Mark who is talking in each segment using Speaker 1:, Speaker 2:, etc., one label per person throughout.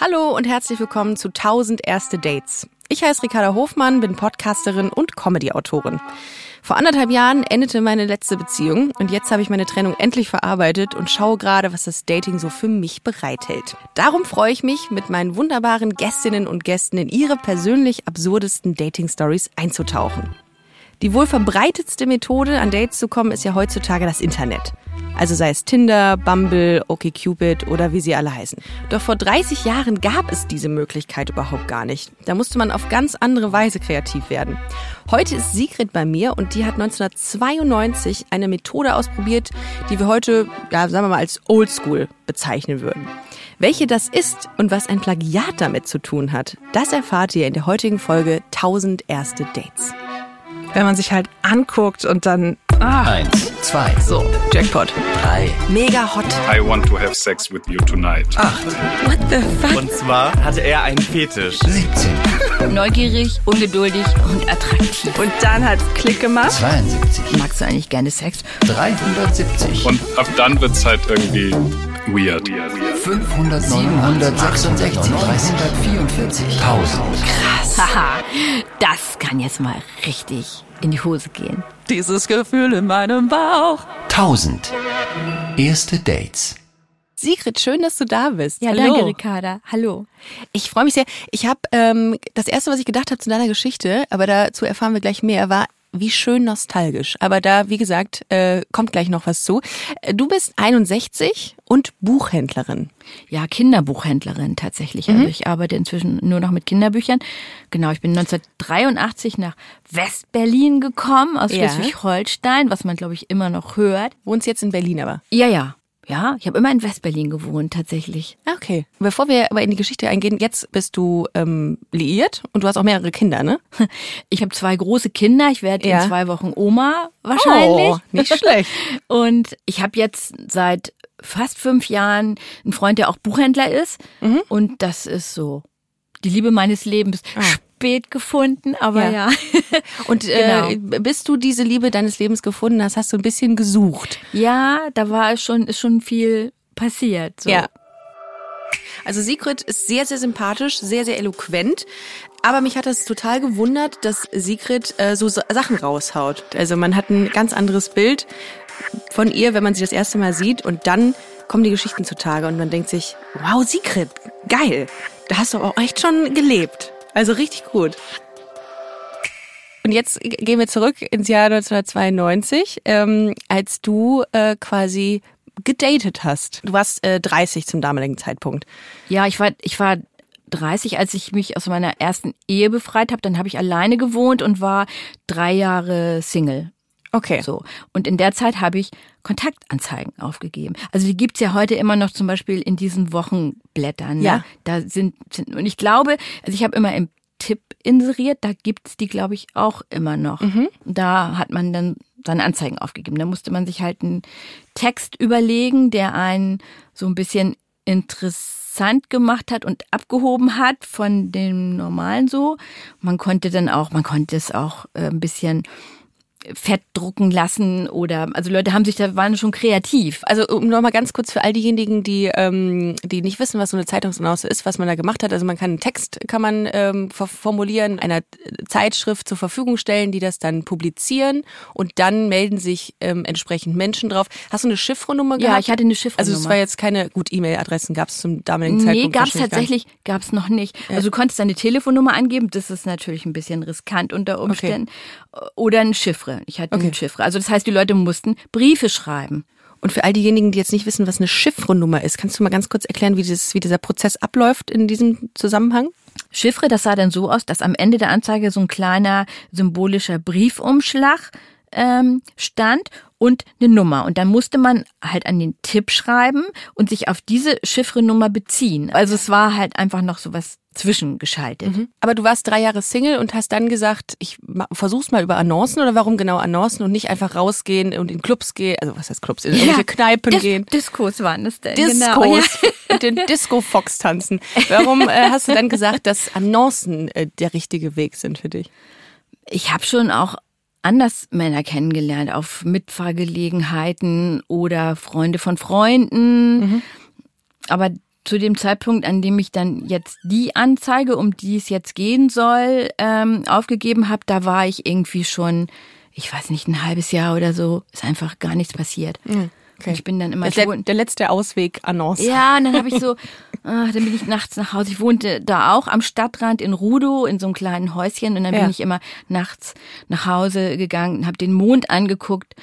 Speaker 1: Hallo und herzlich willkommen zu 1000 erste Dates. Ich heiße Ricarda Hofmann, bin Podcasterin und Comedy-Autorin. Vor anderthalb Jahren endete meine letzte Beziehung und jetzt habe ich meine Trennung endlich verarbeitet und schaue gerade, was das Dating so für mich bereithält. Darum freue ich mich, mit meinen wunderbaren Gästinnen und Gästen in ihre persönlich absurdesten Dating-Stories einzutauchen. Die wohl verbreitetste Methode, an Dates zu kommen, ist ja heutzutage das Internet. Also sei es Tinder, Bumble, OkCupid oder wie sie alle heißen. Doch vor 30 Jahren gab es diese Möglichkeit überhaupt gar nicht. Da musste man auf ganz andere Weise kreativ werden. Heute ist Sigrid bei mir und die hat 1992 eine Methode ausprobiert, die wir heute, ja, sagen wir mal, als Oldschool bezeichnen würden. Welche das ist und was ein Plagiat damit zu tun hat, das erfahrt ihr in der heutigen Folge 1000 erste Dates.
Speaker 2: wenn man sich halt anguckt und dann. Ah,
Speaker 3: Eins, zwei,
Speaker 1: So, Jackpot.
Speaker 3: drei.
Speaker 1: Mega hot.
Speaker 4: I want to have sex with you tonight.
Speaker 1: What the fuck?
Speaker 5: Und zwar hatte er einen Fetisch.
Speaker 6: Neugierig, ungeduldig und attraktiv.
Speaker 2: und dann hat Klick gemacht.
Speaker 3: 72,
Speaker 6: Magst du eigentlich gerne Sex?
Speaker 3: 370,
Speaker 4: Und ab dann wird's halt irgendwie weird.
Speaker 3: 500, 766, 344, 1000.
Speaker 6: Haha, das kann jetzt mal richtig in die Hose gehen.
Speaker 2: Dieses Gefühl in meinem Bauch.
Speaker 3: 1000. Erste Dates.
Speaker 1: Sigrid, schön, dass du da bist.
Speaker 7: Ja,
Speaker 1: Hallo.
Speaker 7: danke, Ricarda. Hallo.
Speaker 1: Ich freue mich sehr. Ich habe ähm, das erste, was ich gedacht habe zu deiner Geschichte, aber dazu erfahren wir gleich mehr, war wie schön nostalgisch. Aber da, wie gesagt, äh, kommt gleich noch was zu. Äh, Du bist 61 und Buchhändlerin.
Speaker 6: Ja, Kinderbuchhändlerin tatsächlich. Also ich arbeite inzwischen nur noch mit Kinderbüchern. Genau, ich bin 1983 nach West-Berlin gekommen, aus
Speaker 1: Ja.
Speaker 6: Schleswig-Holstein, was man, glaube ich, immer noch hört.
Speaker 1: Wohnst jetzt in Berlin aber.
Speaker 6: Ja, ja. Ja, ich habe immer in West-Berlin gewohnt, tatsächlich.
Speaker 1: Ah, Okay. Bevor wir aber in die Geschichte eingehen, jetzt bist du ähm, liiert und du hast auch mehrere Kinder, ne?
Speaker 6: Ich habe zwei große Kinder. Ich werde
Speaker 1: Ja.
Speaker 6: in zwei Wochen Oma wahrscheinlich.
Speaker 1: Oh, nicht schlecht.
Speaker 6: Und ich habe jetzt seit fast fünf Jahren einen Freund, der auch Buchhändler ist.
Speaker 1: Mhm.
Speaker 6: Und das ist so die Liebe meines Lebens. Spät gefunden, aber
Speaker 1: Ah. Ja.
Speaker 6: ja. Genau.
Speaker 1: Und äh, bis du diese Liebe deines Lebens gefunden hast, hast du ein bisschen gesucht.
Speaker 6: Ja, da war schon, ist schon viel passiert. So.
Speaker 1: Ja. Also Sigrid ist sehr, sehr sympathisch, sehr, sehr eloquent. Aber mich hat das total gewundert, dass Sigrid äh, so Sa- Sachen raushaut. Also man hat ein ganz anderes Bild von ihr, wenn man sie das erste Mal sieht. Und dann kommen die Geschichten zutage und man denkt sich, wow, Sigrid, geil. Da hast du aber auch echt schon gelebt. Also richtig gut. Und jetzt g- gehen wir zurück ins Jahr 1992, ähm, als du äh, quasi gedatet hast. Du warst äh, 30 zum damaligen Zeitpunkt.
Speaker 6: Ja, ich war, ich war 30, als ich mich aus meiner ersten Ehe befreit habe. Dann habe ich alleine gewohnt und war drei Jahre Single.
Speaker 1: Okay.
Speaker 6: So. Und in der Zeit habe ich Kontaktanzeigen aufgegeben. Also die gibt's ja heute immer noch zum Beispiel in diesen Wochenblättern.
Speaker 1: Ja.
Speaker 6: Ne? Da sind, sind, und ich glaube, also ich habe immer im Tipp inseriert, da gibt's die, glaube ich, auch immer noch.
Speaker 1: Mhm.
Speaker 6: Da hat man dann seine Anzeigen aufgegeben. Da musste man sich halt einen Text überlegen, der einen so ein bisschen interessant gemacht hat und abgehoben hat von dem normalen so. Man konnte dann auch, man konnte es auch äh, ein bisschen fett drucken lassen oder also Leute haben sich da waren schon kreativ.
Speaker 1: Also um nochmal ganz kurz für all diejenigen, die, ähm, die nicht wissen, was so eine Zeitungsannonce ist, was man da gemacht hat. Also man kann einen Text, kann man ähm, ver- formulieren, einer äh, Zeitschrift zur Verfügung stellen, die das dann publizieren und dann melden sich ähm, entsprechend Menschen drauf. Hast du eine Chiffrenummer
Speaker 6: Ja,
Speaker 1: gehabt?
Speaker 6: ich hatte eine
Speaker 1: Also
Speaker 6: Chiffrennummer.
Speaker 1: es war jetzt keine, gut, E-Mail-Adressen gab es zum damaligen Zeitpunkt
Speaker 6: Nee,
Speaker 1: wahrscheinlich
Speaker 6: gab's
Speaker 1: gar nicht.
Speaker 6: tatsächlich, gab's noch nicht. Also du konntest deine Telefonnummer angeben, das ist natürlich ein bisschen riskant unter Umständen. Oder ein Chiffre. Ich hatte
Speaker 1: Okay.
Speaker 6: ein Chiffre. Also das heißt, die Leute mussten Briefe schreiben.
Speaker 1: Und für all diejenigen, die jetzt nicht wissen, was eine Chiffrenummer ist, kannst du mal ganz kurz erklären, wie, dieses, wie dieser Prozess abläuft in diesem Zusammenhang?
Speaker 6: Chiffre, das sah dann so aus, dass am Ende der Anzeige so ein kleiner symbolischer Briefumschlag ähm, stand und eine Nummer. Und dann musste man halt an den Tipp schreiben und sich auf diese Chiffrenummer beziehen. Also es war halt einfach noch so was zwischengeschaltet.
Speaker 1: Aber du warst drei Jahre Single und hast dann gesagt, ich ma- versuch's mal über Annoncen oder warum genau Annoncen und nicht einfach rausgehen und in Clubs gehen, also was heißt Clubs, in irgendwelche Kneipen
Speaker 6: Dis-
Speaker 1: gehen.
Speaker 6: Diskos waren es denn.
Speaker 1: Discos,
Speaker 6: Genau. Ja.
Speaker 1: mit den Disco-Fox tanzen. Warum äh, hast du dann gesagt, dass Annoncen äh, der richtige Weg sind für dich?
Speaker 6: Ich habe schon auch anders Männer kennengelernt, auf
Speaker 1: Mhm.
Speaker 6: Mitfahrgelegenheiten oder Freunde von Freunden. Aber zu dem Zeitpunkt, an dem ich dann jetzt die Anzeige, um die es jetzt gehen soll, ähm, aufgegeben habe, da war ich irgendwie schon, ich weiß nicht, ein halbes Jahr oder so, ist einfach gar nichts passiert. Und ich bin dann immer
Speaker 1: Mhm. Das
Speaker 6: ich
Speaker 1: le-
Speaker 6: wohn-
Speaker 1: der letzte Ausweg, Annonce.
Speaker 6: ja, und dann habe ich so, ah, dann bin ich nachts nach Hause. Ich wohnte da auch am Stadtrand in Rudow in so einem kleinen Häuschen und dann
Speaker 1: Ja.
Speaker 6: bin ich immer nachts nach Hause gegangen, habe den Mond angeguckt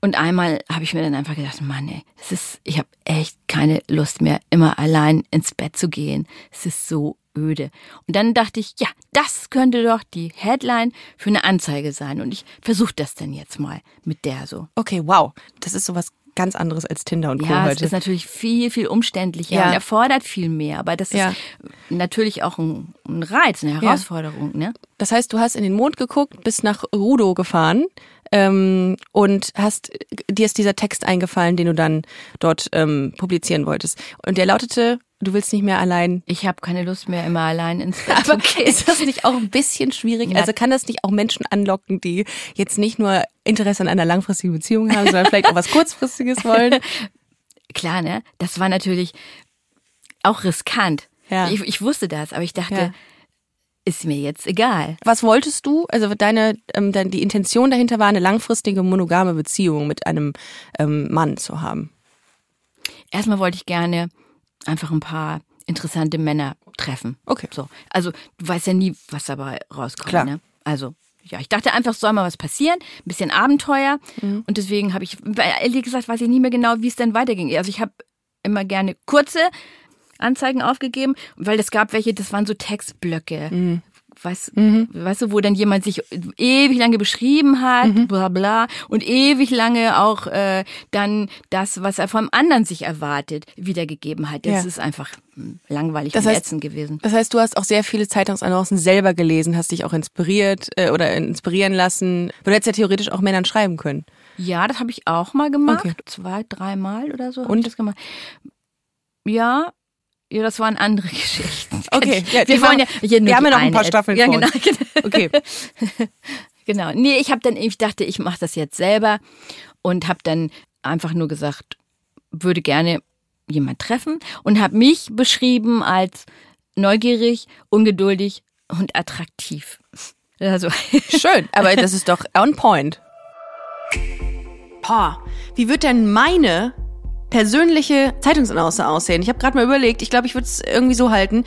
Speaker 6: und einmal habe ich mir dann einfach gedacht, Mann, ey, es ist, ich habe echt keine Lust mehr, immer allein ins Bett zu gehen. Es ist so öde. Und dann dachte ich, ja, das könnte doch die Headline für eine Anzeige sein. Und ich versuche das dann jetzt mal mit der so.
Speaker 1: Okay, wow. Das ist sowas ganz anderes als Tinder und Co.
Speaker 6: Ja, es
Speaker 1: heute.
Speaker 6: ist natürlich viel, viel umständlicher
Speaker 1: Ja.
Speaker 6: und erfordert viel mehr. Aber das
Speaker 1: Ja.
Speaker 6: ist natürlich auch ein, ein Reiz, eine Herausforderung. Ne?
Speaker 1: Das heißt, du hast in den Mond geguckt, bist nach Rudo gefahren ähm, und hast dir ist dieser Text eingefallen, den du dann dort ähm, publizieren wolltest. Und der lautete: Du willst nicht mehr allein.
Speaker 6: Ich habe keine Lust mehr, immer allein ins Bett
Speaker 1: Aber
Speaker 6: zu gehen.
Speaker 1: ist das nicht auch ein bisschen schwierig?
Speaker 6: Ja.
Speaker 1: Also kann das nicht auch Menschen anlocken, die jetzt nicht nur Interesse an einer langfristigen Beziehung haben, sondern vielleicht auch was kurzfristiges wollen?
Speaker 6: Klar, ne? Das war natürlich auch riskant.
Speaker 1: Ja.
Speaker 6: Ich, ich wusste das, aber ich dachte,
Speaker 1: Ja.
Speaker 6: ist mir jetzt egal.
Speaker 1: Was wolltest du? Also deine, ähm, dein, die Intention dahinter war, eine langfristige monogame Beziehung mit einem ähm, Mann zu haben.
Speaker 6: Erstmal wollte ich gerne einfach ein paar interessante Männer treffen.
Speaker 1: Okay.
Speaker 6: So. Also du weißt ja nie, was dabei rauskommt.
Speaker 1: Klar.
Speaker 6: Ne? Also ja, ich dachte einfach, es soll mal was passieren, ein bisschen Abenteuer.
Speaker 1: Mhm.
Speaker 6: Und deswegen habe ich, weil, ehrlich gesagt, weiß ich nicht mehr genau, wie es denn weiterging. Also ich habe immer gerne kurze Anzeigen aufgegeben, weil es gab welche, das waren so Textblöcke.
Speaker 1: Mhm.
Speaker 6: Weißt, weißt du, wo dann jemand sich ewig lange beschrieben hat,
Speaker 1: Mhm.
Speaker 6: bla bla, und ewig lange auch äh, dann das, was er vom anderen sich erwartet, wiedergegeben hat. Das
Speaker 1: Ja.
Speaker 6: ist einfach hm, langweilig
Speaker 1: Das
Speaker 6: und
Speaker 1: heißt-
Speaker 6: ätzend gewesen.
Speaker 1: Das heißt, du hast auch sehr viele Zeitungsannoncen selber gelesen, hast dich auch inspiriert äh, oder inspirieren lassen. Du hättest ja theoretisch auch Männern schreiben können.
Speaker 6: Ja, das habe ich auch mal gemacht.
Speaker 1: Okay.
Speaker 6: Zwei, dreimal oder so. hab
Speaker 1: Und?
Speaker 6: ich das gemacht. Ja. Ja, das waren andere Geschichten.
Speaker 1: Okay, ja, die
Speaker 6: wir wollen
Speaker 1: waren-
Speaker 6: ja, hier nur
Speaker 1: wir haben ja
Speaker 6: die
Speaker 1: noch ein
Speaker 6: eine
Speaker 1: paar
Speaker 6: erzäh-
Speaker 1: Staffeln
Speaker 6: ja,
Speaker 1: vor
Speaker 6: genau,
Speaker 1: uns.
Speaker 6: genau.
Speaker 1: Okay.
Speaker 6: Genau. Nee, ich habe dann, ich dachte, ich mache das jetzt selber und habe dann einfach nur gesagt, würde gerne jemand treffen und habe mich beschrieben als neugierig, ungeduldig und attraktiv. Also
Speaker 1: Schön, aber das ist doch on point. Boah, wie wird denn meine persönliche Zeitungsannonce aussehen? Ich habe gerade mal überlegt, ich glaube, ich würde es irgendwie so halten.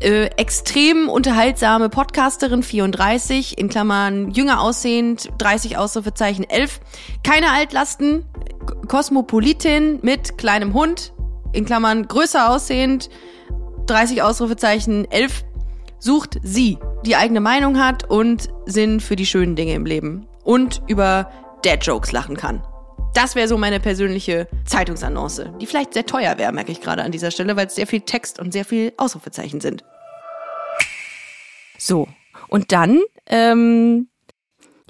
Speaker 1: Äh, extrem unterhaltsame Podcasterin 34, in Klammern jünger aussehend, 30 Ausrufezeichen 11, keine Altlasten, K- Kosmopolitin mit kleinem Hund, in Klammern größer aussehend, 30 Ausrufezeichen 11, sucht sie, die eigene Meinung hat und Sinn für die schönen Dinge im Leben und über Dad-Jokes lachen kann. Das wäre so meine persönliche Zeitungsannonce, die vielleicht sehr teuer wäre, merke ich gerade an dieser Stelle, weil es sehr viel Text und sehr viel Ausrufezeichen sind. So, und dann, ähm,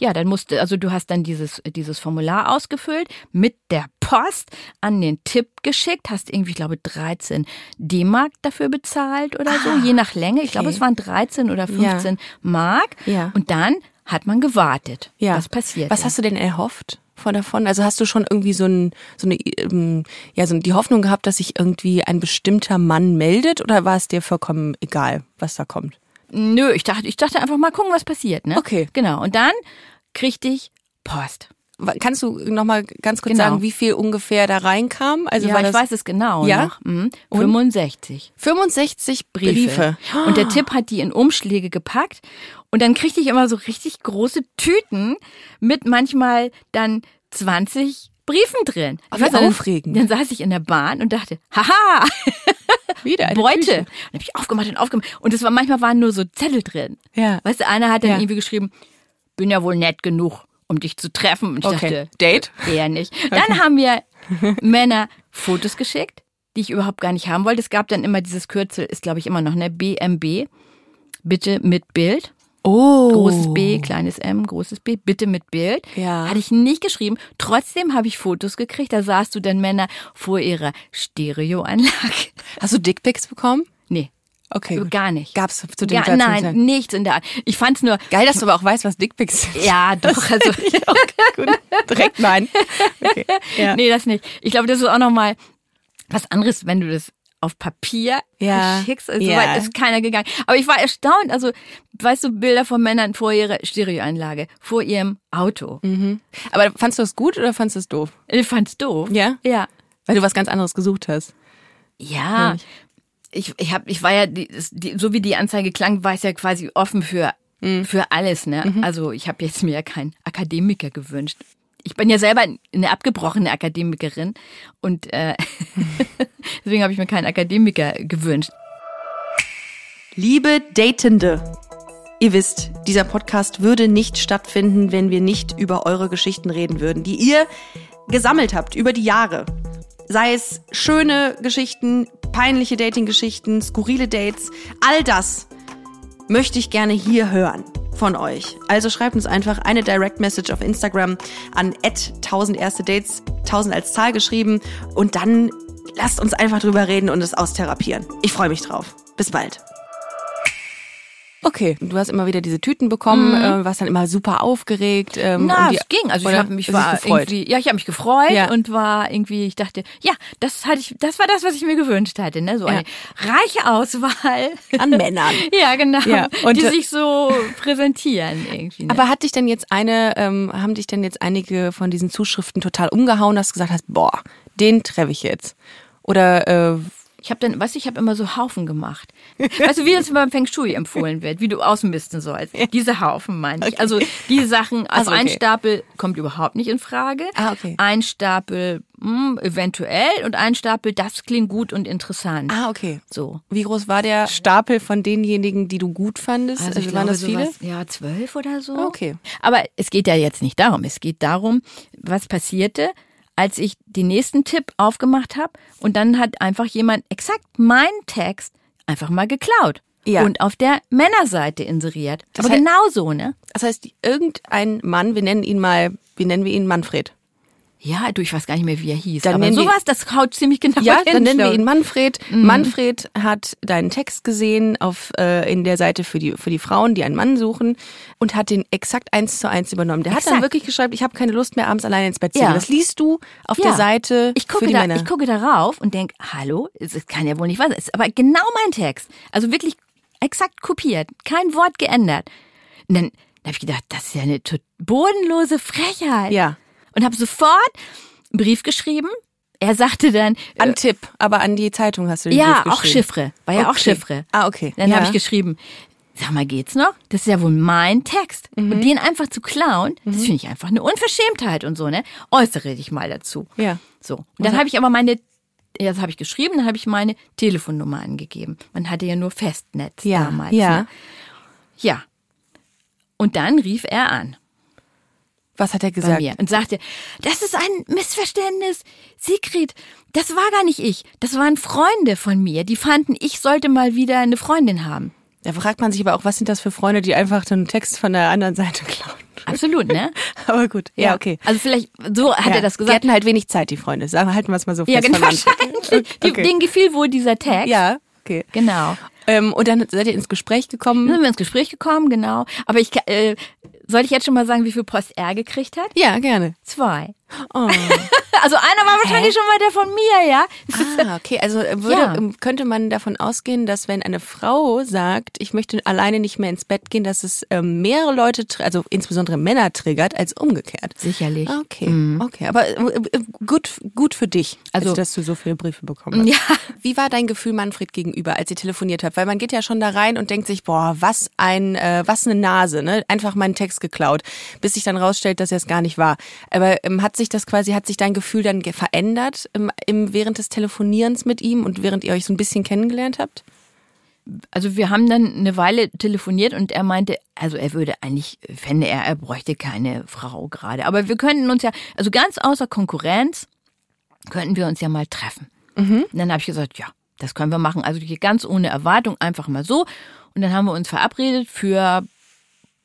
Speaker 6: Ja, dann musste, also du hast dann dieses, dieses Formular ausgefüllt, mit der Post an den Tipp geschickt, hast irgendwie, ich glaube, 13 D-Mark dafür bezahlt oder so, je nach Länge. Ich glaube,
Speaker 1: Ah, okay.
Speaker 6: es waren 13 oder 15 Mark.
Speaker 1: Ja.
Speaker 6: Und dann hat man gewartet,
Speaker 1: ja.
Speaker 6: was passiert.
Speaker 1: Was hast du denn erhofft von davon? Also hast du schon irgendwie so, ein, so eine, ähm, ja, so die Hoffnung gehabt, dass sich irgendwie ein bestimmter Mann meldet oder war es dir vollkommen egal, was da kommt?
Speaker 6: Nö, ich dachte, ich dachte einfach mal gucken, was passiert, ne?
Speaker 1: Okay.
Speaker 6: Genau. Und dann kriegte ich Post.
Speaker 1: Wa- Kannst du noch mal ganz kurz
Speaker 6: Genau.
Speaker 1: sagen, wie viel ungefähr da reinkam? Also
Speaker 6: ja,
Speaker 1: war
Speaker 6: ich
Speaker 1: das
Speaker 6: weiß es genau
Speaker 1: Ja?
Speaker 6: noch. Mhm. 65.
Speaker 1: 65 Briefe.
Speaker 6: Briefe. Und der Tipp hat die in Umschläge gepackt. Und dann kriegte ich immer so richtig große Tüten mit manchmal dann 20 Briefen drin.
Speaker 1: Ach,
Speaker 6: Ich
Speaker 1: wie
Speaker 6: weiß noch, dann-
Speaker 1: aufregend.
Speaker 6: Dann saß ich in der Bahn und dachte, haha,
Speaker 1: Wieder eine
Speaker 6: Beute.
Speaker 1: Tüte.
Speaker 6: Und dann habe ich aufgemacht und aufgemacht. Und es war, manchmal waren nur so Zettel drin.
Speaker 1: Ja.
Speaker 6: Weißt du, einer hat dann
Speaker 1: Ja.
Speaker 6: irgendwie geschrieben, bin ja wohl nett genug, um dich zu treffen. Und ich
Speaker 1: Okay.
Speaker 6: dachte,
Speaker 1: Date?
Speaker 6: Eher nicht. Dann haben mir Männer Fotos geschickt, die ich überhaupt gar nicht haben wollte. Es gab dann immer dieses Kürzel, ist glaube ich immer noch, ne? BMB. Bitte mit Bild.
Speaker 1: Oh.
Speaker 6: Großes B, kleines M, großes B, bitte mit Bild.
Speaker 1: Ja.
Speaker 6: Hatte ich nicht geschrieben. Trotzdem habe ich Fotos gekriegt. Da sahst du dann Männer vor ihrer Stereoanlage.
Speaker 1: Hast du Dickpics bekommen?
Speaker 6: Nee, Äh,
Speaker 1: Okay. gut.
Speaker 6: gar nicht.
Speaker 1: Gab's zu dem
Speaker 6: Gar-
Speaker 1: Zeitpunkt nicht.
Speaker 6: Nein, nichts in der Art. Ich fand's nur,
Speaker 1: Geil, dass du aber auch weißt, was Dickpics sind.
Speaker 6: ja, doch. Also,
Speaker 1: Gut. Direkt nein. Okay. Ja.
Speaker 6: Nee, das nicht. Ich glaube, das ist auch nochmal was anderes, wenn du das auf Papier
Speaker 1: Ja.
Speaker 6: verschickst. Also
Speaker 1: Ja.
Speaker 6: weit ist keiner gegangen. Aber ich war erstaunt. Also, weißt du, Bilder von Männern vor ihrer Stereoanlage, vor ihrem Auto.
Speaker 1: Mhm. Aber fandst du es gut oder fandst du es doof?
Speaker 6: Ich fand's doof.
Speaker 1: Ja?
Speaker 6: Ja.
Speaker 1: Weil du was ganz anderes gesucht hast.
Speaker 6: Ja. Ich, ich, hab, ich war ja, die, das- die, so wie die Anzeige klang, war ich ja quasi offen für, für alles. Ne? Also ich habe jetzt mir ja keinen Akademiker gewünscht. Ich bin ja selber eine abgebrochene Akademikerin und äh, deswegen habe ich mir keinen Akademiker gewünscht.
Speaker 1: Liebe Datende, ihr wisst, dieser Podcast würde nicht stattfinden, wenn wir nicht über eure Geschichten reden würden, die ihr gesammelt habt über die Jahre. Sei es schöne Geschichten, peinliche Dating-Geschichten, skurrile Dates, all das möchte ich gerne hier hören von euch. Also schreibt uns einfach eine Direct Message auf Instagram an 1000 erste Dates, 1000 als Zahl geschrieben und dann lasst uns einfach drüber reden und es austherapieren. Ich freue mich drauf. Bis bald. Okay, du hast immer wieder diese Tüten bekommen, äh, warst dann immer super aufgeregt. Ähm,
Speaker 6: Na,
Speaker 1: und die-
Speaker 6: es ging. Also ich
Speaker 1: oder
Speaker 6: habe mich
Speaker 1: hast dich
Speaker 6: war
Speaker 1: gefreut.
Speaker 6: irgendwie, ja, ich habe mich gefreut
Speaker 1: Ja.
Speaker 6: und war irgendwie, ich dachte, ja, das hatte ich, das war das, was ich mir gewünscht hatte, ne? So
Speaker 1: Ja.
Speaker 6: eine reiche Auswahl
Speaker 1: An Männern.
Speaker 6: Ja, genau.
Speaker 1: Ja, und,
Speaker 6: die
Speaker 1: äh,
Speaker 6: sich so präsentieren irgendwie. Ne?
Speaker 1: Aber hat dich denn jetzt eine, ähm, haben dich denn jetzt einige von diesen Zuschriften total umgehauen, dass du gesagt hast, boah, den treffe ich jetzt? Oder äh,
Speaker 6: ich habe dann, weißt du, ich habe immer so Haufen gemacht. Weißt du, wie das beim Feng Shui empfohlen wird, wie du ausmisten sollst. Diese Haufen meine ich. Also die Sachen,
Speaker 1: so,
Speaker 6: also ein
Speaker 1: okay.
Speaker 6: Stapel kommt überhaupt nicht in Frage.
Speaker 1: Ah, okay.
Speaker 6: Ein Stapel hm, eventuell und ein Stapel, das klingt gut und interessant.
Speaker 1: Ah, okay.
Speaker 6: So.
Speaker 1: Wie groß war der Stapel von denjenigen, die du gut fandest?
Speaker 6: Also,
Speaker 1: Also,
Speaker 6: ich
Speaker 1: waren
Speaker 6: glaube,
Speaker 1: das viele?
Speaker 6: Sowas, ja, zwölf oder so.
Speaker 1: Ah, okay.
Speaker 6: Aber es geht ja jetzt nicht darum. Es geht darum, was passierte, als ich den nächsten Tipp aufgemacht habe und dann hat einfach jemand exakt meinen Text einfach mal geklaut.
Speaker 1: Ja.
Speaker 6: Und auf der Männerseite inseriert.
Speaker 1: Das
Speaker 6: Aber
Speaker 1: heißt-
Speaker 6: genau so, ne?
Speaker 1: Das heißt, irgendein Mann, wir nennen ihn mal, wie nennen wir ihn? Manfred.
Speaker 6: Ja, du, ich weiß gar nicht mehr, wie er hieß.
Speaker 1: Dann
Speaker 6: aber
Speaker 1: nennen wir-
Speaker 6: sowas, das haut ziemlich genau
Speaker 1: Ja,
Speaker 6: hin.
Speaker 1: dann nennen wir
Speaker 6: schon.
Speaker 1: ihn Manfred. Manfred hat deinen Text gesehen auf äh, in der Seite für die für die Frauen, die einen Mann suchen und hat den exakt eins zu eins übernommen. Der hat dann
Speaker 6: Exakt.
Speaker 1: wirklich geschrieben, ich habe keine Lust mehr abends alleine ins Bett zu gehen.
Speaker 6: Ja.
Speaker 1: Das liest du auf
Speaker 6: Ja.
Speaker 1: der Seite
Speaker 6: ich gucke
Speaker 1: für die
Speaker 6: da,
Speaker 1: Männer.
Speaker 6: Ich gucke darauf und denke, hallo, es es kann ja wohl nicht wahr sein. Es ist aber genau mein Text. Also wirklich exakt kopiert, kein Wort geändert. Und dann habe ich gedacht, das ist ja eine tot- bodenlose Frechheit.
Speaker 1: Ja.
Speaker 6: Und habe sofort einen Brief geschrieben. Er sagte dann,
Speaker 1: an Tipp, aber an die Zeitung hast du den
Speaker 6: Äh. ja,
Speaker 1: Äh, Brief
Speaker 6: auch
Speaker 1: geschrieben.
Speaker 6: Chiffre. War ja auch
Speaker 1: Okay.
Speaker 6: Chiffre.
Speaker 1: Ah, okay.
Speaker 6: Dann
Speaker 1: Ja.
Speaker 6: habe ich geschrieben, sag mal, geht's noch? Das ist ja wohl mein Text.
Speaker 1: Mhm.
Speaker 6: Und den einfach zu klauen, das finde ich einfach eine Unverschämtheit und so, ne? Äußere dich mal dazu.
Speaker 1: Ja.
Speaker 6: So. Und dann habe ich aber meine, ja, das habe ich geschrieben, dann habe ich meine Telefonnummer angegeben. Man hatte ja nur Festnetz
Speaker 1: Ja,
Speaker 6: damals.
Speaker 1: ja.
Speaker 6: Ne? Ja. Und dann rief er an
Speaker 1: Was hat er
Speaker 6: bei
Speaker 1: gesagt?
Speaker 6: mir und sagte, das ist ein Missverständnis. Sigrid, das war gar nicht ich. Das waren Freunde von mir. Die fanden, ich sollte mal wieder eine Freundin haben.
Speaker 1: Da fragt man sich aber auch, was sind das für Freunde, die einfach den Text von der anderen Seite klauen?
Speaker 6: Absolut, ne?
Speaker 1: Aber gut, ja, okay.
Speaker 6: Also vielleicht, so hat
Speaker 1: Ja,
Speaker 6: er das
Speaker 1: Die
Speaker 6: gesagt.
Speaker 1: hatten halt wenig Zeit, die Freunde. Sagen, wir- halten wir es mal so
Speaker 6: Ja,
Speaker 1: fest.
Speaker 6: genau,
Speaker 1: von Anfang.
Speaker 6: wahrscheinlich. Die-
Speaker 1: Okay.
Speaker 6: Denen gefiel wohl dieser Text.
Speaker 1: Ja, okay.
Speaker 6: Genau.
Speaker 1: Ähm, und dann seid ihr ins Gespräch
Speaker 6: Dann
Speaker 1: gekommen.
Speaker 6: sind wir ins Gespräch gekommen, genau. Aber ich, ka- äh, soll ich jetzt schon mal sagen, wie viel Post er gekriegt hat?
Speaker 1: Ja, gerne.
Speaker 6: Zwei.
Speaker 1: Oh.
Speaker 6: also einer war wahrscheinlich schon mal der von mir, ja?
Speaker 1: Ah, okay. Also äh, würde,
Speaker 6: Ja.
Speaker 1: ähm, könnte man davon ausgehen, dass wenn eine Frau sagt, ich möchte alleine nicht mehr ins Bett gehen, dass es ähm, mehrere Leute, tr- also insbesondere Männer triggert, als umgekehrt.
Speaker 6: Sicherlich.
Speaker 1: Ah, Okay, okay. Aber äh, äh, gut, gut für dich, also,
Speaker 6: Also-
Speaker 1: dass du so viele Briefe bekommen hast.
Speaker 6: Ja.
Speaker 1: Wie war dein Gefühl Manfred gegenüber, als ihr telefoniert habt? Weil man geht ja schon da rein und denkt sich, boah, was ein, äh, was eine Nase, ne? Einfach meinen Text geklaut, bis sich dann rausstellt, dass er es gar nicht war. Aber ähm, hat sich das quasi, hat sich dein Gefühl dann ge- verändert im, im, während des Telefonierens mit ihm und während ihr euch so ein bisschen kennengelernt habt?
Speaker 6: also wir haben dann eine Weile telefoniert und er meinte, also er würde eigentlich, fände er, er bräuchte keine Frau gerade. Aber wir könnten uns ja, also ganz außer Konkurrenz, könnten wir uns ja mal treffen. Und dann habe ich gesagt, ja, das können wir machen. Also hier ganz ohne Erwartung, einfach mal so. Und dann haben wir uns verabredet für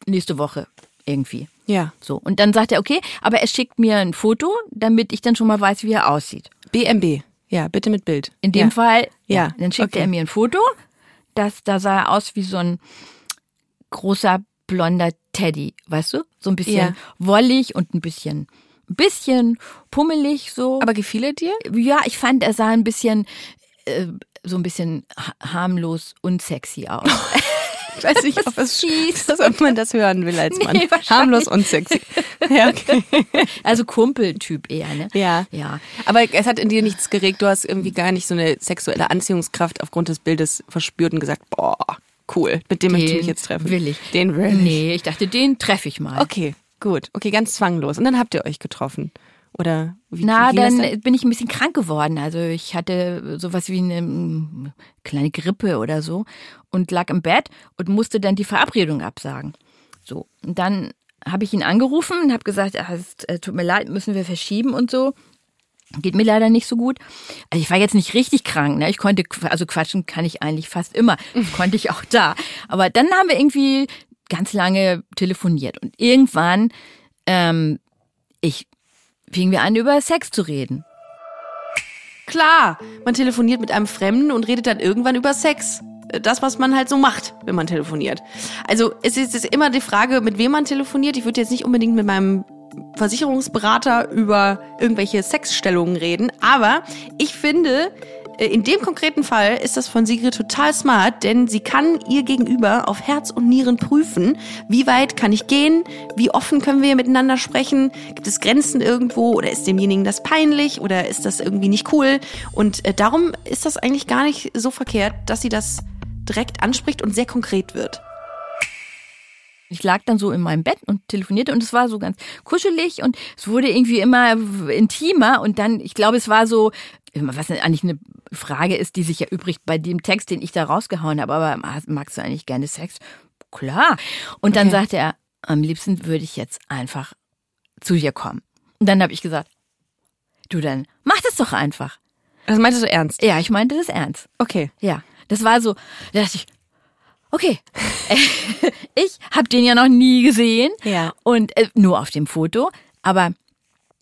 Speaker 6: nächste Woche irgendwie.
Speaker 1: Ja.
Speaker 6: So. Und dann sagt er, okay, aber er schickt mir ein Foto, damit ich dann schon mal weiß, wie er aussieht.
Speaker 1: BMB. Ja, bitte mit Bild.
Speaker 6: In dem
Speaker 1: ja.
Speaker 6: Fall,
Speaker 1: Ja,
Speaker 6: Dann schickte
Speaker 1: okay.
Speaker 6: er mir ein Foto, das, da sah er aus wie so ein großer blonder Teddy, weißt du? So ein bisschen
Speaker 1: Ja.
Speaker 6: wollig und ein bisschen, ein bisschen pummelig so.
Speaker 1: Aber gefiel er dir?
Speaker 6: ja, ich fand, er sah ein bisschen äh, so ein bisschen ha- harmlos unsexy aus.
Speaker 2: Ich weiß nicht, ob, es,
Speaker 6: Fies.
Speaker 2: ob man das hören will als
Speaker 6: Nee,
Speaker 2: Mann.
Speaker 6: wahrscheinlich.
Speaker 2: Harmlos und sexy. Ja, okay.
Speaker 6: Also Kumpeltyp eher, ne?
Speaker 2: Ja.
Speaker 6: Ja.
Speaker 2: Aber es hat in dir nichts geregt. Du hast irgendwie gar nicht so eine sexuelle Anziehungskraft aufgrund des Bildes verspürt und gesagt, boah, cool, mit dem möchte ich mich jetzt treffen.
Speaker 6: Will ich.
Speaker 2: Den will ich.
Speaker 6: Nee, ich dachte, den treffe ich mal.
Speaker 2: Okay, gut. Okay, ganz zwanglos. Und dann habt ihr euch getroffen. Oder wie
Speaker 6: Na,
Speaker 2: wie ging das
Speaker 6: dann, bin ich ein bisschen krank geworden. Also ich hatte sowas wie eine mm, kleine Grippe oder so und lag im Bett und musste dann die Verabredung absagen. So, und dann habe ich ihn angerufen und habe gesagt, ah, es äh, tut mir leid, müssen wir verschieben und so. Geht mir leider nicht so gut. Also ich war jetzt nicht richtig krank. Ne? Ich konnte, qu- also quatschen kann ich eigentlich fast immer. Das konnte ich auch da. Aber dann haben wir irgendwie ganz lange telefoniert. Und irgendwann, ähm, ich fingen wir an, über Sex zu reden.
Speaker 2: Klar, man telefoniert mit einem Fremden und redet dann irgendwann über Sex. Das, was man halt so macht, wenn man telefoniert. Also es ist, es ist immer die Frage, mit wem man telefoniert. Ich würde jetzt nicht unbedingt mit meinem Versicherungsberater über irgendwelche Sexstellungen reden, aber ich finde, äh, in dem konkreten Fall ist das von Sigrid total smart, denn sie kann ihr gegenüber auf Herz und Nieren prüfen, wie weit kann ich gehen, wie offen können wir miteinander sprechen, gibt es Grenzen irgendwo oder ist demjenigen das peinlich oder ist das irgendwie nicht cool. Und äh, darum ist das eigentlich gar nicht so verkehrt, dass sie das direkt anspricht und sehr konkret wird.
Speaker 6: Ich lag dann so in meinem Bett und telefonierte und es war so ganz kuschelig und es wurde irgendwie immer intimer und dann, ich glaube, es war so, was eigentlich eine Frage ist, die sich ja übrig bei dem Text, den ich da rausgehauen habe, aber magst du eigentlich gerne Sex? Klar. Und dann
Speaker 2: Okay.
Speaker 6: sagte er, am liebsten würde ich jetzt einfach zu dir kommen. Und dann habe ich gesagt, du dann, mach das doch einfach.
Speaker 2: Das meintest du ernst?
Speaker 6: Ja, ich meinte das ernst.
Speaker 2: Okay.
Speaker 6: Ja, das war so, da dachte ich, okay, ich habe den ja noch nie gesehen
Speaker 2: Ja.
Speaker 6: und äh, nur auf dem Foto, aber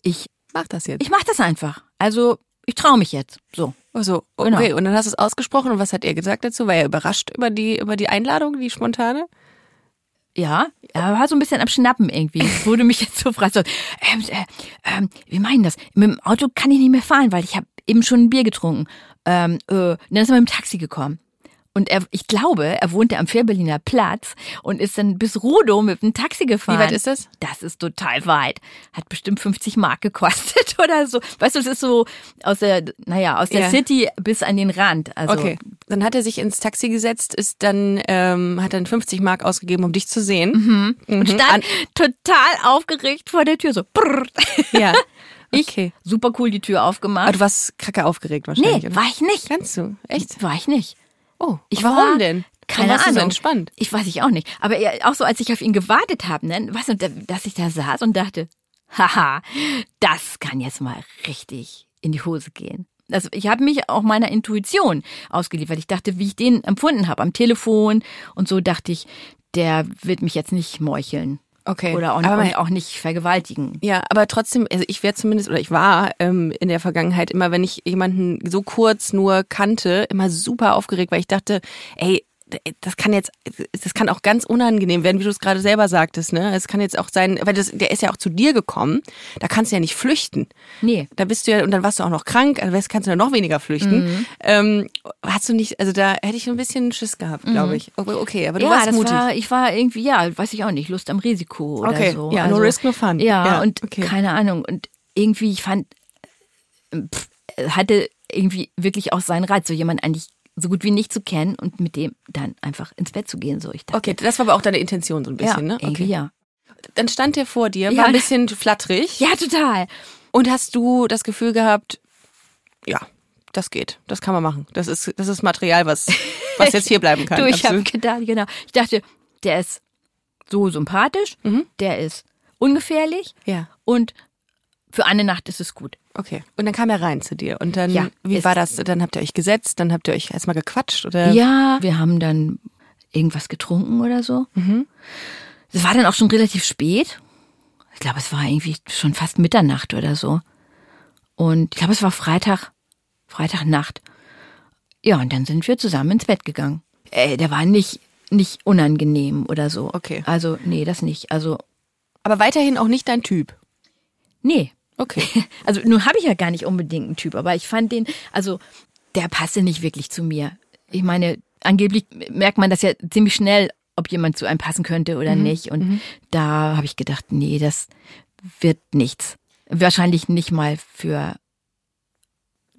Speaker 6: ich,
Speaker 2: Mach das jetzt.
Speaker 6: ich mache das einfach. Also ich traue mich jetzt. So.
Speaker 2: Ach so, Also, okay.
Speaker 6: Genau.
Speaker 2: Und dann hast du es ausgesprochen und was hat er gesagt dazu? War er überrascht über die, über die Einladung, die spontane?
Speaker 6: Ja, er war so ein bisschen am Schnappen irgendwie. Es Wurde mich jetzt so gefragt, so, ähm, äh, ähm, wie meinen das? Mit dem Auto kann ich nicht mehr fahren, weil ich habe eben schon ein Bier getrunken. Ähm, äh, und dann ist er mit dem Taxi gekommen. Und er, ich glaube, er wohnte am Fährberliner Platz und ist dann bis Rudow mit dem Taxi gefahren.
Speaker 2: Wie weit ist das?
Speaker 6: Das ist total weit. Hat bestimmt 50 Mark gekostet oder so. Weißt du, es ist so aus der, naja, aus der
Speaker 2: Ja.
Speaker 6: City bis an den Rand. Also,
Speaker 2: Okay. Dann hat er sich ins Taxi gesetzt, ist dann, ähm, hat dann 50 Mark ausgegeben, um dich zu sehen. Mhm.
Speaker 6: Und stand total aufgeregt vor der Tür, so. Brrr.
Speaker 2: Ja.
Speaker 6: Ich,
Speaker 2: Okay.
Speaker 6: super cool, die Tür aufgemacht.
Speaker 2: Aber du warst kacke aufgeregt wahrscheinlich.
Speaker 6: nee,
Speaker 2: oder?
Speaker 6: war ich nicht.
Speaker 2: Kannst du? Echt?
Speaker 6: War ich nicht.
Speaker 2: Oh,
Speaker 6: Ich
Speaker 2: warum
Speaker 6: war,
Speaker 2: denn?
Speaker 6: Keine
Speaker 2: Warum warst du
Speaker 6: Ahnung.
Speaker 2: so entspannt?
Speaker 6: Ich weiß ich auch nicht. Aber ja, auch so, als ich auf ihn gewartet habe, ne, weißt du, da- dass ich da saß und dachte, haha, das kann jetzt mal richtig in die Hose gehen. Also ich habe mich auch meiner Intuition ausgeliefert. Ich dachte, wie ich den empfunden habe am Telefon und so dachte ich, der wird mich jetzt nicht meucheln
Speaker 2: Okay.
Speaker 6: oder auch,
Speaker 2: Aber
Speaker 6: und
Speaker 2: mein-
Speaker 6: auch nicht vergewaltigen.
Speaker 2: Ja, aber trotzdem, also ich wäre zumindest, oder ich war ähm, in der Vergangenheit immer, wenn ich jemanden so kurz nur kannte, immer super aufgeregt, weil ich dachte, ey, das kann jetzt, das kann auch ganz unangenehm werden, wie du es gerade selber sagtest, ne? Es kann jetzt auch sein, weil das, der ist ja auch zu dir gekommen, da kannst du ja nicht flüchten.
Speaker 6: Nee.
Speaker 2: Da bist du ja, und dann warst du auch noch krank, also weißt, kannst du ja noch weniger flüchten.
Speaker 6: Mhm.
Speaker 2: Ähm, hast du nicht, also da hätte ich so ein bisschen Schiss gehabt, glaube ich. Aber Okay, aber du
Speaker 6: Mhm. ja,
Speaker 2: warst
Speaker 6: das
Speaker 2: mutig.
Speaker 6: war, ich war irgendwie, ja, weiß ich auch nicht, Lust am Risiko oder
Speaker 2: Okay,
Speaker 6: so. Also,
Speaker 2: ja, no risk, no fun.
Speaker 6: Ja,
Speaker 2: Ja,
Speaker 6: und
Speaker 2: okay.
Speaker 6: keine Ahnung. Und irgendwie, ich fand, pff, hatte irgendwie wirklich auch seinen Reiz, so jemanden eigentlich so gut wie nicht zu kennen und mit dem dann einfach ins Bett zu gehen. So, ich dachte,
Speaker 2: okay, das war aber auch deine Intention so ein
Speaker 6: ja,
Speaker 2: bisschen, ne?
Speaker 6: irgendwie
Speaker 2: Okay.
Speaker 6: ja.
Speaker 2: Dann stand der vor dir, war
Speaker 6: Ja.
Speaker 2: ein bisschen flatterig.
Speaker 6: Ja, total.
Speaker 2: Und hast du das Gefühl gehabt, ja, das geht, das kann man machen. Das ist, das ist Material, was, was jetzt hier bleiben kann.
Speaker 6: du, ich habe
Speaker 2: Absolut.
Speaker 6: gedacht, genau. Ich dachte, der ist so sympathisch,
Speaker 2: Mhm.
Speaker 6: der ist ungefährlich
Speaker 2: Ja,
Speaker 6: und für eine Nacht ist es gut.
Speaker 2: okay. Und dann kam er rein zu dir. Und dann,
Speaker 6: Ja,
Speaker 2: wie
Speaker 6: ist-
Speaker 2: war das? Dann habt ihr euch gesetzt, dann habt ihr euch erstmal gequatscht oder?
Speaker 6: Ja, wir haben dann irgendwas getrunken oder so. Es war dann auch schon relativ spät. Ich glaube, es war irgendwie schon fast Mitternacht oder so. Und ich glaube, es war Freitag, Freitagnacht. Ja, und dann sind wir zusammen ins Bett gegangen. Ey, der war nicht, nicht unangenehm oder so.
Speaker 2: Okay.
Speaker 6: Also, nee, das nicht. Also,
Speaker 2: Aber weiterhin auch nicht dein Typ.
Speaker 6: nee.
Speaker 2: Okay.
Speaker 6: Also nun habe ich ja gar nicht unbedingt einen Typ, aber ich fand den, also der passte nicht wirklich zu mir. Ich meine, angeblich merkt man das ja ziemlich schnell, ob jemand zu einem passen könnte
Speaker 2: Mhm.
Speaker 6: oder nicht. Und da habe ich gedacht, nee, das wird nichts. Wahrscheinlich nicht mal für,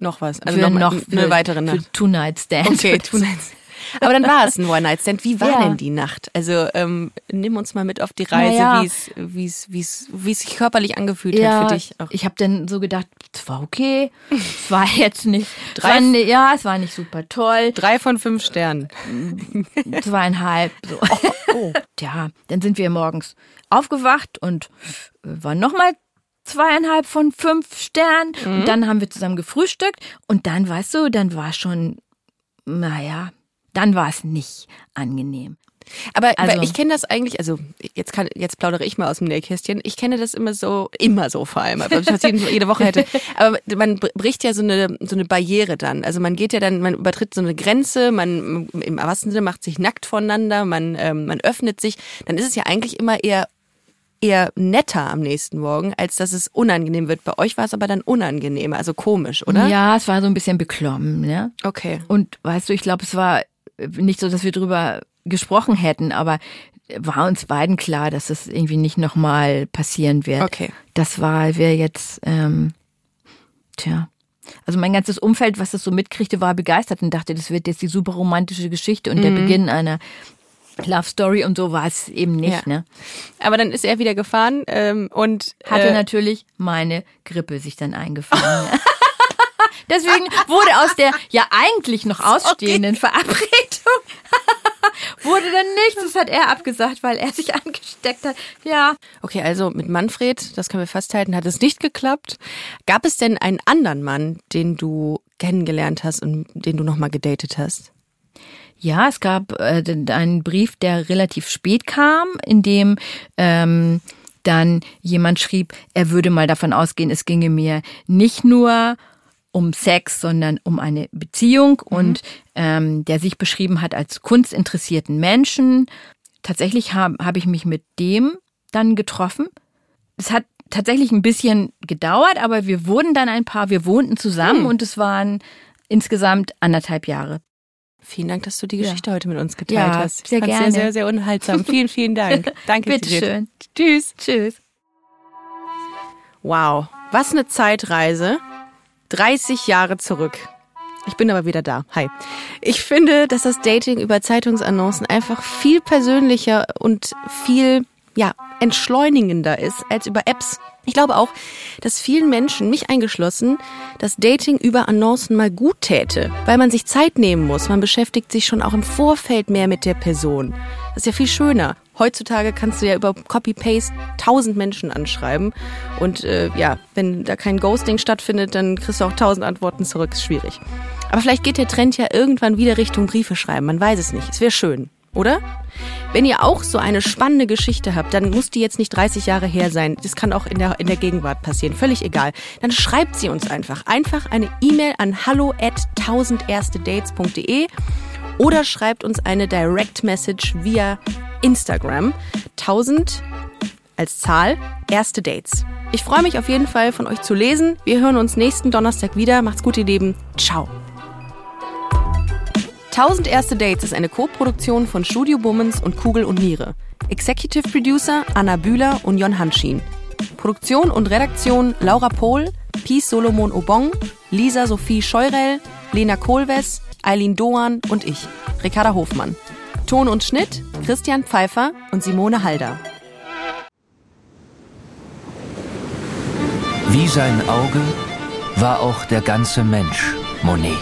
Speaker 2: Also Noch was.
Speaker 6: für
Speaker 2: mal
Speaker 6: noch
Speaker 2: n-
Speaker 6: für,
Speaker 2: eine weitere Nacht.
Speaker 6: Für Two Night Stand.
Speaker 2: Okay, two nights. Aber dann war es ein One-Night-Stand. Wie war
Speaker 6: Ja.
Speaker 2: denn die Nacht? Also ähm, nimm uns mal mit auf die Reise,
Speaker 6: Naja.
Speaker 2: wie es wie es wie es wie es sich körperlich angefühlt hat für dich. Auch.
Speaker 6: Ich habe dann so gedacht, es war okay, es war jetzt nicht, es
Speaker 2: Drei-
Speaker 6: war, ne- ja, es war nicht super toll,
Speaker 2: Drei von fünf Sternen.
Speaker 6: zweieinhalb. So. oh. Ja, dann sind wir morgens aufgewacht und äh, waren nochmal zweieinhalb von fünf Sternen. Und dann haben wir zusammen gefrühstückt und dann, weißt du, dann war schon, naja, dann war es nicht angenehm.
Speaker 2: Aber, aber
Speaker 6: Also-
Speaker 2: ich kenne das eigentlich, also jetzt kann, jetzt plaudere ich mal aus dem Nähkästchen. Ich kenne das immer so, immer so vor allem, als ob ich das jede, jede Woche hätte. Aber man br- bricht ja so eine, so eine Barriere dann. Also man geht ja dann, man übertritt so eine Grenze, man im wahrsten Sinne macht sich nackt voneinander, man, ähm, man öffnet sich. Dann ist es ja eigentlich immer eher eher netter am nächsten Morgen, als dass es unangenehm wird. Bei euch war es aber dann unangenehm, also komisch, oder?
Speaker 6: Ja, es war so ein bisschen beklommen, ne?
Speaker 2: Okay.
Speaker 6: Und weißt du, ich glaube, es war äh, nicht so, dass wir drüber gesprochen hätten, aber äh, war uns beiden klar, dass das irgendwie nicht nochmal passieren wird.
Speaker 2: Okay.
Speaker 6: Das war wir jetzt, ähm, tja. Also mein ganzes Umfeld, was das so mitkriegte, war begeistert und dachte, das wird jetzt die super romantische Geschichte und der
Speaker 2: Mhm.
Speaker 6: Beginn einer Love Story und so war es eben nicht.
Speaker 2: Ja.
Speaker 6: Ne?
Speaker 2: Aber dann ist er wieder gefahren ähm, und
Speaker 6: Hatte
Speaker 2: äh,
Speaker 6: natürlich meine Grippe sich dann eingefangen. ne? Deswegen wurde aus der ja eigentlich noch ausstehenden Verabredung wurde dann nichts. Das hat er abgesagt, weil er sich angesteckt hat. Ja,
Speaker 2: Okay, also mit Manfred, das können wir festhalten, hat es nicht geklappt. Gab es denn einen anderen Mann, den du kennengelernt hast und den du nochmal gedatet hast?
Speaker 6: Ja, es gab äh, d- einen Brief, der relativ spät kam, in dem ähm, dann jemand schrieb, er würde mal davon ausgehen, es ginge mir nicht nur um Sex, sondern um eine Beziehung und ähm, der sich beschrieben hat als kunstinteressierten Menschen. Tatsächlich habe hab ich mich mit dem dann getroffen. Es hat tatsächlich ein bisschen gedauert, aber wir wurden dann ein paar, wir wohnten zusammen und es waren insgesamt anderthalb Jahre.
Speaker 2: Vielen Dank, dass du die
Speaker 6: Ja.
Speaker 2: Geschichte heute mit uns geteilt
Speaker 6: Ja,
Speaker 2: hast.
Speaker 6: sehr
Speaker 2: Fand
Speaker 6: gerne.
Speaker 2: Sehr, sehr, sehr unterhaltsam. Vielen, vielen Dank. Danke. Sigrid.
Speaker 6: Bitteschön. Tschüss. Tschüss.
Speaker 2: Wow, was eine Zeitreise. 30 Jahre zurück. Ich bin aber wieder da. Hi. Ich finde, dass das Dating über Zeitungsannoncen einfach viel persönlicher und viel, ja, entschleunigender ist als über Apps. Ich glaube auch, dass vielen Menschen, mich eingeschlossen, das Dating über Annoncen mal gut täte, weil man sich Zeit nehmen muss. Man beschäftigt sich schon auch im Vorfeld mehr mit der Person. Das ist ja viel schöner. Heutzutage kannst du ja über Copy-Paste tausend Menschen anschreiben. Und äh, ja, wenn da kein Ghosting stattfindet, dann kriegst du auch tausend Antworten zurück. Ist schwierig. Aber vielleicht geht der Trend ja irgendwann wieder Richtung Briefe schreiben. Man weiß es nicht. Es wäre schön, oder? Wenn ihr auch so eine spannende Geschichte habt, dann muss die jetzt nicht 30 Jahre her sein. Das kann auch in der, in der Gegenwart passieren. Völlig egal. Dann schreibt sie uns einfach. Einfach eine E-Mail an hallo at 1000erstedates.de oder schreibt uns eine Direct Message via Instagram. 1000 als Zahl erste Dates. Ich freue mich auf jeden Fall von euch zu lesen. Wir hören uns nächsten Donnerstag wieder. Macht's gut, ihr Lieben. Ciao. 1000 Erste Dates ist eine Co-Produktion von Studio Bummens und Kugel und Niere. Executive Producer Anna Bühler und Jon Hanschin. Produktion und Redaktion Laura Pohl, Peace Solomon Obong, Lisa Sophie Scheurell, Lena Kohlwes, Eileen Doan und ich, Ricarda Hofmann. Ton und Schnitt Christian Pfeiffer und Simone Halder.
Speaker 3: Wie sein Auge war auch der ganze Mensch Monet.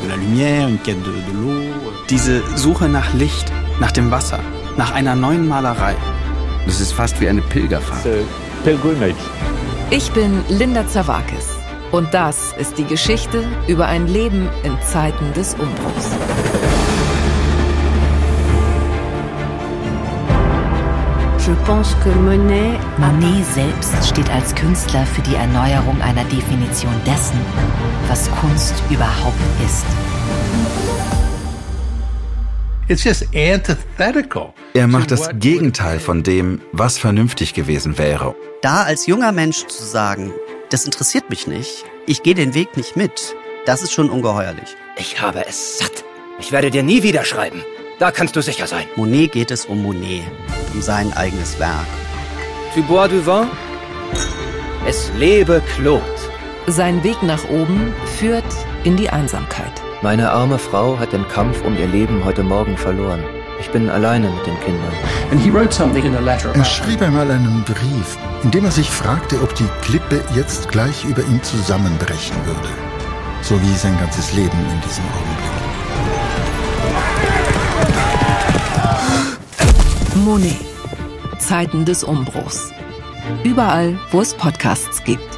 Speaker 7: de la lumière, une quête de, de l'eau. Diese Suche nach Licht, nach dem Wasser, nach einer neuen Malerei.
Speaker 8: Das ist fast wie eine Pilgerfahrt.
Speaker 9: Ich bin Linda Zawakis und das ist die Geschichte über ein Leben in Zeiten des Umbruchs.
Speaker 10: Monet selbst steht als Künstler für die Erneuerung einer Definition dessen, was Kunst überhaupt ist.
Speaker 4: It's just antithetical.
Speaker 8: Er macht das Gegenteil von dem, was vernünftig gewesen wäre.
Speaker 7: Da als junger Mensch zu sagen, das interessiert mich nicht, ich gehe den Weg nicht mit, Das ist schon ungeheuerlich.
Speaker 3: Ich habe es satt. Ich werde dir nie wieder schreiben. Da kannst du sicher sein.
Speaker 7: Monet geht es um Monet, um sein eigenes Werk.
Speaker 3: Tu bois du vin? Es lebe Claude.
Speaker 10: Sein Weg nach oben führt in die Einsamkeit.
Speaker 11: Meine arme Frau hat den Kampf um ihr Leben heute Morgen verloren. Ich bin alleine mit den Kindern.
Speaker 8: Er schrieb einmal einen Brief, in dem er sich fragte, ob die Klippe jetzt gleich über ihm zusammenbrechen würde. So wie sein ganzes Leben in diesem Augenblick.
Speaker 10: Monet. Zeiten des Umbruchs. Überall, wo es Podcasts gibt.